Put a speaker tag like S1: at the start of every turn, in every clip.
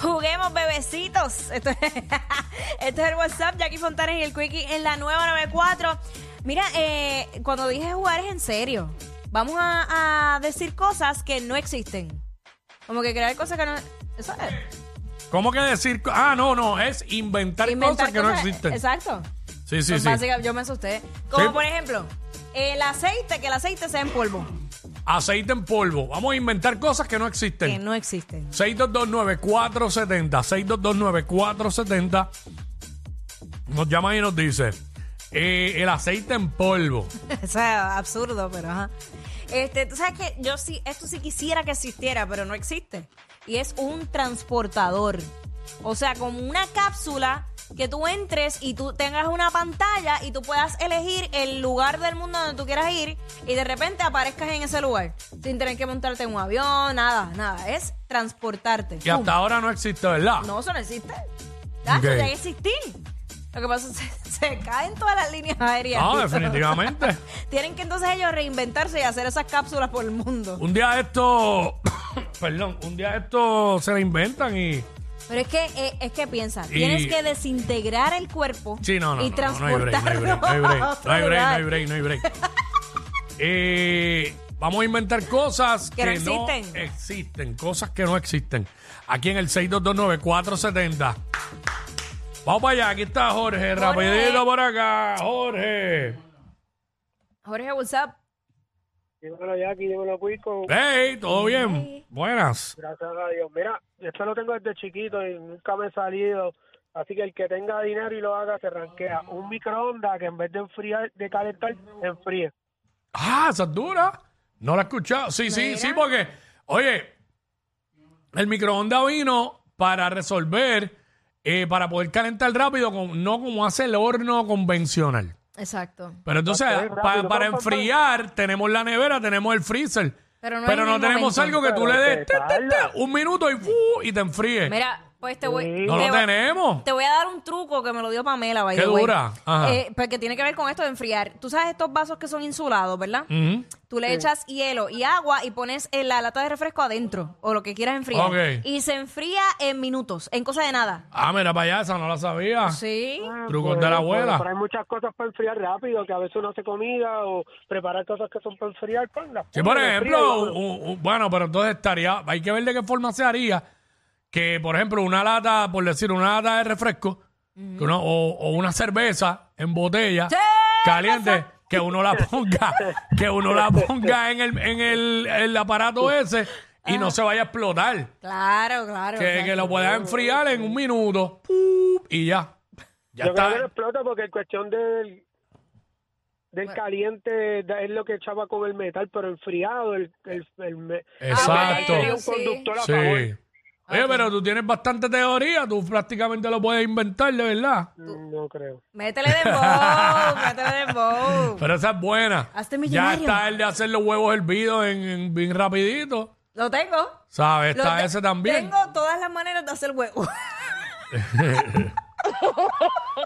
S1: juguemos, bebecitos. Esto es, esto es el WhatsApp, Jackie Fontanes y el Quickie en la nueva 94. Mira, eh, cuando dije jugar es en serio. Vamos a, a decir cosas que no existen. Como que crear cosas que no... Eso es.
S2: ¿Cómo que decir? co- Ah, no, no, es inventar, cosas que no existen.
S1: Exacto.
S2: Sí, sí,
S1: Pues
S2: sí.
S1: básicamente, yo me asusté. Como
S2: Sí.
S1: por ejemplo, el aceite, que el aceite sea en polvo.
S2: Aceite en polvo. Vamos a inventar cosas que no
S1: Que
S2: existen.
S1: no existen.
S2: 6229470. 6229470. Nos llama y nos dice, eh, el aceite en polvo.
S1: o sea, absurdo, pero ajá. Este, tú sabes que yo sí, esto sí quisiera que existiera, pero no existe. Y es un transportador. O sea, como una cápsula que tú entres y tú tengas una pantalla y tú puedas elegir el lugar del mundo donde tú quieras ir y de repente aparezcas en ese lugar. Sin tener que montarte en un avión, nada, nada. Es transportarte.
S2: Que
S1: Pum.
S2: hasta ahora no existe, ¿verdad?
S1: No, eso no existe. Ya,
S2: Ok.
S1: eso ya existir. Lo que pasa es que se, se caen todas las líneas aéreas.
S2: No, definitivamente.
S1: Tienen que entonces ellos reinventarse y hacer esas cápsulas por el mundo.
S2: Un día esto, perdón, un día esto se la inventan y...
S1: Pero es que, eh, es que piensa,
S2: Y-
S1: tienes que desintegrar el cuerpo
S2: Sí, no, no.
S1: y
S2: no, no, no hay break, no hay
S1: transportarlo
S2: break, no hay
S1: a
S2: break,
S1: otro
S2: no hay break, no hay
S1: lugar.
S2: break, no hay break. Eh, vamos a inventar cosas que,
S1: Que no
S2: no existen.
S1: existen.
S2: cosas que no existen. Aquí en el 6229470. Vamos para allá, aquí está Jorge, rapidito por acá, Jorge.
S1: Jorge, WhatsApp.
S3: Dímelo, Jackie, dímelo, Pico.
S2: Hey, ¿todo bien? Buenas.
S3: Gracias a Dios. Mira, esto lo tengo desde chiquito y nunca me he salido. Así que el que tenga dinero y lo haga se ranquea. Un microondas que en vez de enfriar, de calentar, enfríe.
S2: Ah, esa es dura. No la he escuchado. Sí, sí, sí, porque, oye, el microondas vino para resolver, eh, para poder calentar rápido, con- no como hace el horno convencional.
S1: Exacto.
S2: Pero entonces,
S3: Ok, rápido,
S2: pa-
S3: no,
S2: para
S3: no, no.
S2: enfriar, tenemos la nevera, tenemos el freezer.
S1: Pero
S2: Pero
S1: no
S2: no,
S1: en el
S2: tenemos
S1: momento.
S2: algo que tú le
S3: Pero
S2: des
S3: que
S2: te, te, te,
S3: tarda.
S2: un minuto y, ¡fu! y te enfríe.
S1: Mira, pues te voy,
S3: Sí.
S1: te,
S2: no lo
S1: voy-
S2: tenemos.
S1: te voy a dar un truco que me lo dio Pamela, by
S2: Qué
S1: the way.
S2: dura. Ajá.
S1: Eh, porque tiene que ver con esto de enfriar. Tú sabes estos vasos que son insulados, ¿verdad?
S2: Ujú.
S1: Tú le echas hielo y agua y pones en la lata de refresco adentro o lo que quieras enfriar.
S2: Ok.
S1: Y se enfría en minutos, en cosa de nada.
S2: Ah, mira, payasa, no la sabía.
S1: Sí.
S2: Trucos de la abuela.
S3: Pero hay muchas cosas para enfriar rápido, que a veces uno hace comida o preparar cosas que son para enfriar. Pan, las
S2: Sí,
S3: pone,
S2: por
S3: las
S2: ejemplo,
S3: fríe y vámonos.
S2: un- un- bueno, pero entonces estaría, hay que ver de qué forma se haría que, por ejemplo, una lata, por decir, una lata de refresco que uno- o, o una cerveza en botella caliente, que uno la ponga, que uno la ponga en el, en el, el aparato ese y no se vaya a explotar.
S1: Claro, claro.
S2: Que,
S1: claro.
S2: que lo puedas enfriar en un minuto ¡pup! y ya. Ya
S3: Yo creo que no
S2: está.
S3: explota porque en cuestión del, del caliente da- es lo que echaba con el metal, pero enfriado, el, el, el me-
S2: Exacto.
S3: Hay un
S1: Sí.
S3: conductor a
S2: Sí.
S3: favor.
S2: Oye, pero tú tienes bastante teoría, tú prácticamente lo puedes inventar, de verdad.
S3: Mm, No creo.
S1: Métele dembow, métele dembow.
S2: Pero esa es buena.
S1: Hazte
S2: ya
S1: millonario.
S2: está el de hacer los huevos hervidos en, en- bien rapidito.
S1: Lo tengo.
S2: ¿Sabes?
S1: Lo
S2: Está
S1: te-
S2: ese también.
S1: Tengo todas las maneras de hacer huevo.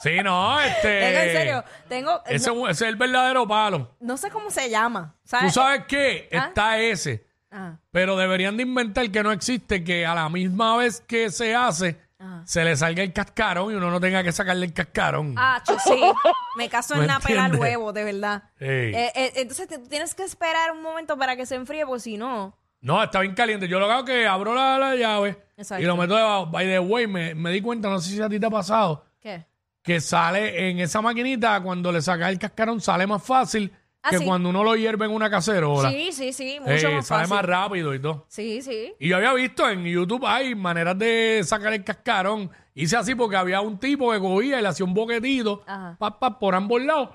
S2: Sí, no, este.
S1: tengo, en serio, tengo...
S2: Ese,
S1: no,
S2: ese es el verdadero palo.
S1: no sé cómo se llama.
S2: ¿Tú
S1: ¿Sabes?
S2: sabes qué?
S1: ¿Ah?
S2: Está ese.
S1: Ajá.
S2: Pero deberían de inventar que no existe, que a la misma vez que se hace,
S1: Ajá.
S2: se le salga el cascarón y uno no tenga que sacarle el cascarón.
S1: Ah, cho, sí. Me caso en
S2: ¿Me
S1: una pela al
S2: entiendes?
S1: huevo, de verdad.
S2: Sí.
S1: Eh, eh, entonces te- tienes que esperar un momento para que se enfríe, porque si no...
S2: No, está bien caliente. Yo lo que hago es que abro la, la llave
S1: Exacto.
S2: y lo meto debajo. By the way, me, me di cuenta, no sé si a ti te ha pasado.
S1: ¿Qué?
S2: que sale en esa maquinita, cuando le sacas el cascarón, sale más fácil
S1: Ah,
S2: que
S1: sí.
S2: cuando uno lo hierve en una cacerola.
S1: Sí, sí, sí. Mucho
S2: Eh,
S1: más
S2: sale
S1: fácil.
S2: más rápido y todo.
S1: Sí, sí.
S2: Y yo había visto en YouTube, hay maneras de sacar el cascarón. Hice así porque había un tipo que cogía y le hacía un boquetito
S1: Ajá.
S2: pa, pa, por ambos lados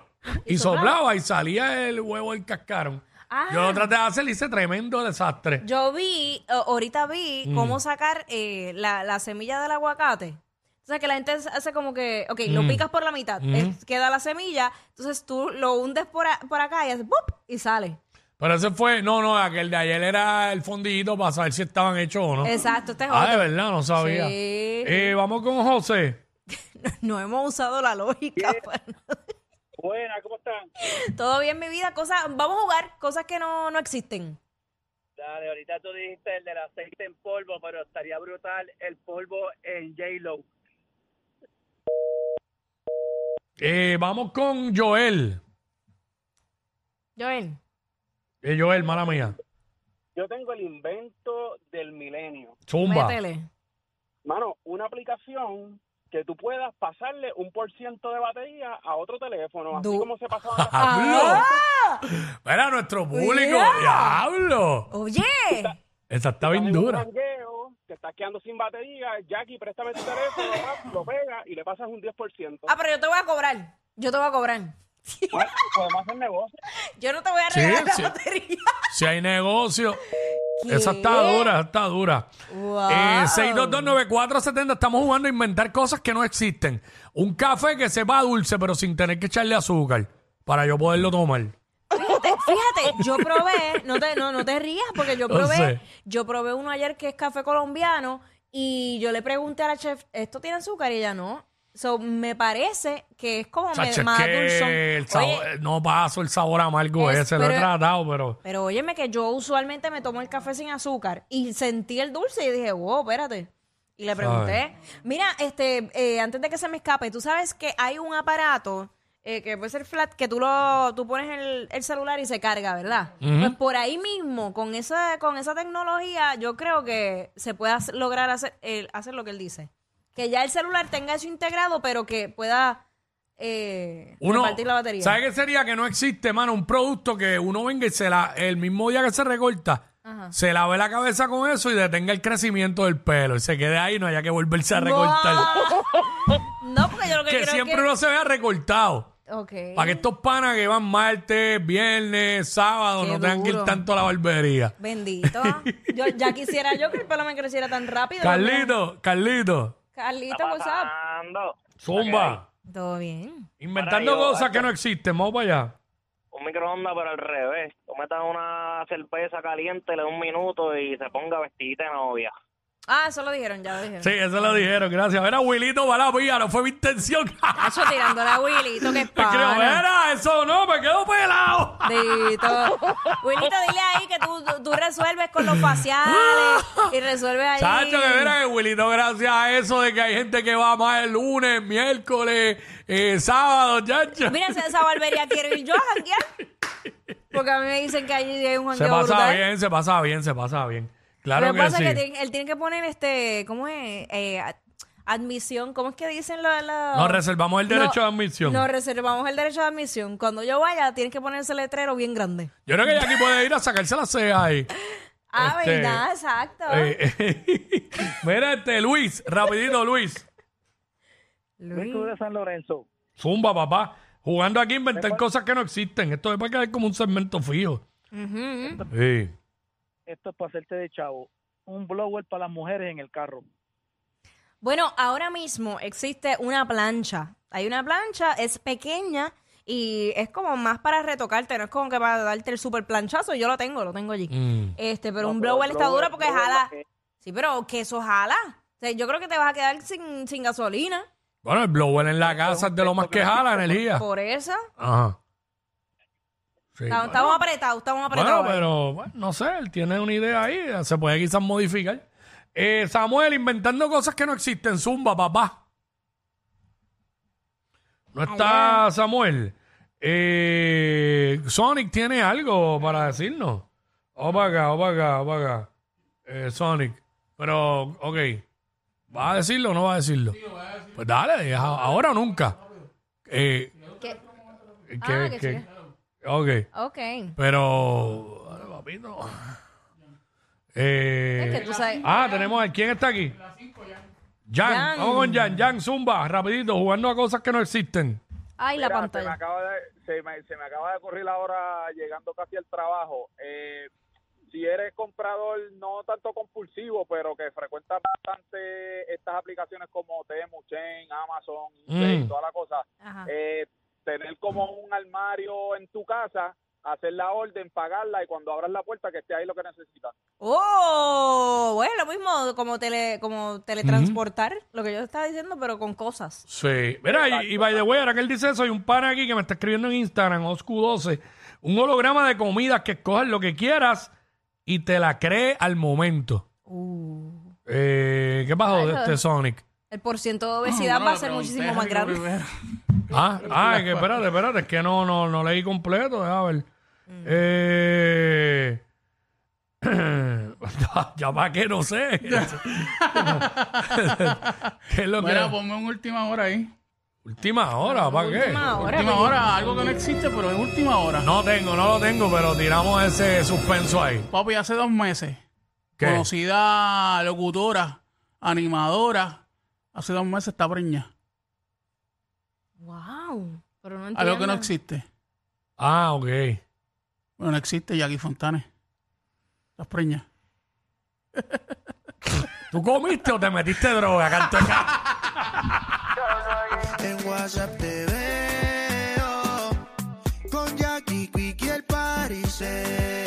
S2: y,
S1: soplaba.
S2: soplaba. y salía el huevo del cascarón.
S1: Ah.
S2: Yo lo traté de hacer y hice tremendo desastre.
S1: Yo vi, eh, ahorita vi
S2: Mm.
S1: cómo sacar eh, la, la semilla del aguacate. O sea, que la gente hace como que, ok,
S2: Mm.
S1: lo picas por la mitad, eh, queda la semilla, entonces tú lo hundes por, a- por acá y haces ¡pop! y sale.
S2: Pero ese fue, no, no, aquel de ayer era el fondito para saber si estaban hechos o no.
S1: Exacto, este es
S2: Ah, de
S1: otro.
S2: verdad, no sabía.
S1: Sí.
S2: Eh, vamos con José.
S1: No hemos usado la lógica.
S2: Eh.
S1: pues. para nada.
S3: Buena, ¿cómo están?
S1: Todo bien, mi vida. Cosas, vamos a jugar cosas que no, no existen.
S4: Dale, ahorita tú dijiste el del aceite en polvo, pero estaría brutal el polvo en J-Lo.
S2: Eh, vamos con Joel.
S1: Joel.
S2: Eh, Joel, mala mía.
S4: Yo tengo el invento del milenio.
S2: Zumba.
S1: Métele.
S4: Mano, una aplicación que tú puedas pasarle un por ciento de batería a otro teléfono, así
S1: Du-
S4: como se pasaba antes.
S2: ¡Hablo!
S1: Ah,
S2: Mira, nuestro público.
S1: Yeah.
S2: ¡Diablo!
S1: oye.
S2: Esa está bien
S4: Estás en un
S2: dura.
S4: jangueo, Te estás quedando sin batería, Jackie, préstame tu teléfono, rap, lo pega y le pasas un 10%.
S1: Ah, pues. pero yo te voy a cobrar. Yo te voy a cobrar.
S4: Bueno, podemos hacer negocio.
S1: Yo no te voy a
S2: Sí,
S1: regalar
S2: sí.
S1: la batería.
S2: Si hay negocio.
S1: ¿Qué?
S2: Esa está dura, esa está dura.
S1: Wow.
S2: Eh, 6229470, estamos jugando a inventar cosas que no existen. Un café que sepa dulce, pero sin tener que echarle azúcar, para yo poderlo tomar.
S1: Fíjate, fíjate, yo probé, no te, no, no te rías, porque yo
S2: No
S1: probé,
S2: sé.
S1: yo probé uno ayer que es café colombiano y yo le pregunté a la chef, ¿esto tiene azúcar? Y ella no. So, me parece que es como me-
S2: Chacho, es
S1: más
S2: que
S1: dulzón.
S2: el sabor-
S1: Oye,
S2: no paso el sabor amargo
S1: Es-
S2: ese, lo he
S1: pero-
S2: tratado, pero...
S1: pero óyeme que yo usualmente me tomo el café sin azúcar y sentí el dulce y dije, wow, espérate. Y le pregunté, mira, este, eh, antes de que se me escape, tú sabes que hay un aparato eh, que puede ser flat, que tú lo, tú pones el, el celular y se carga, ¿verdad? Pues por ahí mismo, con esa, con esa tecnología, yo creo que se puede hacer- lograr hacer, el- hacer lo que él dice. Que ya el celular tenga eso integrado, pero que pueda eh,
S2: Uno,
S1: compartir la batería.
S2: ¿Sabes qué sería que no existe, mano? Un producto que uno venga y se la, el mismo día que se recorta,
S1: Ajá.
S2: se lave la cabeza con eso y detenga el crecimiento del pelo y se quede ahí, no haya que volverse a recortar.
S1: No, porque yo lo que,
S2: Que
S1: creo
S2: siempre
S1: es que...
S2: uno se vea recortado.
S1: Ok.
S2: Para que estos panas que van martes, viernes, sábado,
S1: Qué
S2: no tengan que ir
S1: duro.
S2: tanto a la barbería.
S1: Bendito. Yo ya quisiera yo que el pelo me creciera tan rápido.
S2: Carlito, Carlito,
S1: Carlito, what's up?
S5: Ando.
S2: zumba.
S1: Todo bien.
S2: Inventando
S5: Ahora yo,
S2: cosas que
S5: ahora.
S2: no existen, vamos para allá.
S5: Un microondas, pero al revés. Tú metas una cerveza caliente, le das un minuto y se ponga vestidita de novia.
S1: Ah, eso lo dijeron, ya lo dijeron.
S2: Sí, eso lo dijeron, gracias. Era Wilito va la vía, no fue mi intención.
S1: Cacho tirando a Willito, que es
S2: Pues, Creo,
S1: pana.
S2: era eso, no, me quedo pelado.
S1: Bendito. Willito, dile ahí que tú, tú, tú resuelves con los faciales y resuelves ahí.
S2: Chacho, de veras que Wilito, gracias a eso de que hay gente que va más el lunes, miércoles, eh, sábado, chacho.
S1: Mira, esa esa barbería quiero ir yo a janguear. Porque a mí me dicen que allí hay un
S2: Se
S1: jangueo
S2: pasa
S1: brutal.
S2: bien, se pasa bien, se pasa bien. Claro
S1: Lo que pasa
S2: sí.
S1: es que tiene- él tiene que poner este, ¿cómo es? Eh, ad- admisión, ¿cómo es que dicen los... los-
S2: Nos reservamos el derecho
S1: No,
S2: de admisión.
S1: Nos reservamos el derecho de admisión. Cuando yo vaya, tienes que poner ese letrero bien grande.
S2: Yo creo que Jackie puede ir a sacarse las cejas ahí.
S1: Ah,
S2: Este,
S1: verdad, exacto.
S2: Eh, eh, Mira, este Luis, rapidito Luis.
S1: Luis.
S4: de San Lorenzo.
S2: Zumba, papá. Jugando aquí a inventar cosas que no existen. Esto es para quedar como un segmento fijo.
S1: Ujú.
S2: Sí.
S4: Esto es para hacerte de chavo. Un blower para las mujeres en el carro.
S1: Bueno, ahora mismo existe una plancha. Hay una plancha, es pequeña y es como más para retocarte, no es como que para darte el super planchazo. Yo lo tengo, lo tengo allí.
S2: Mm.
S1: Este, pero
S4: No,
S1: un
S4: pero
S1: blower está
S4: blower-
S1: duro porque
S4: blower
S1: jala.
S4: la-
S1: Sí, pero que eso jala. O sea, yo creo que te vas a quedar sin, sin gasolina
S2: Bueno, el blower en la casa es de lo más que jala energía.
S1: por eso.
S2: Ajá. Sí,
S1: Estamos,
S2: bueno.
S1: estamos apretados, estamos apretados.
S2: Bueno, pero bueno, no sé, él tiene una idea ahí, se puede quizás modificar. Eh, Samuel, inventando cosas que no existen, Zumba, papá. No está Samuel. Eh, Sonic tiene algo para decirnos. O para acá, o para acá, o para acá. Eh, Sonic. Pero, ok. ¿Vas a decirlo o no vas a decirlo? Pues dale, deja- ahora o nunca. Eh,
S1: ¿Qué?
S2: que-
S1: Ah, que
S2: que-
S1: sí.
S2: Ok.
S1: Ok.
S2: Pero, ay, papito. Eh,
S1: Es que tú sabes.
S2: Ah, tenemos a quién está aquí. Jan.
S1: Jan.
S2: Vamos con Jan. Jan, zumba, rapidito, jugando a cosas que no existen.
S1: Ay, la
S4: Mira, Se me,
S1: pantalla.
S4: acaba de, se, me, se me acaba de ocurrir ahora llegando casi al trabajo. Eh, si eres comprador no tanto compulsivo, pero que frecuenta bastante estas aplicaciones como Temu, Chain, Amazon, eBay,
S2: Mm.
S4: toda la cosa,
S1: Ajá.
S4: eh, tener como un armario en tu casa, hacer la orden, pagarla y cuando abras la puerta que esté ahí lo que necesitas.
S1: Oh, bueno, lo mismo como tele, como teletransportar, lo que yo estaba diciendo, pero con cosas.
S2: Sí. Mira, y, y by the way, ahora que él dice eso, hay un pana aquí que me está escribiendo en Instagram, Oscu12, un holograma de comidas que escoges lo que quieras y te la cree al momento.
S1: Uh,
S2: Eh, ¿Qué pasó de este Sonic?
S1: el porciento de obesidad va a ser muchísimo más grande.
S2: Ah, ah,
S1: pues.
S2: que espérate, espérate, es que no, no, no leí completo, a ver.
S1: Mm.
S2: Eh, ya va que no sé. ¿Qué es lo que
S6: Mira, ponme un última hora ahí.
S2: Última hora, ¿para qué?
S1: pues, Última hora.
S6: Última hora, algo que no existe, pero es última hora.
S2: No tengo, no lo tengo, pero tiramos ese suspenso ahí.
S6: Papi, hace dos meses,
S2: ¿Qué?
S6: conocida locutora, animadora, hace dos meses está preña.
S1: Wow. Pero no entiendo.
S6: Algo que no existe.
S2: Ah, ok.
S6: Bueno, no existe Jackie Fontanes. Estás preña.
S2: ¿Tú comiste o te metiste droga, canto de ca-
S7: En WhatsApp te veo con Jackie Quick y el Pariseo.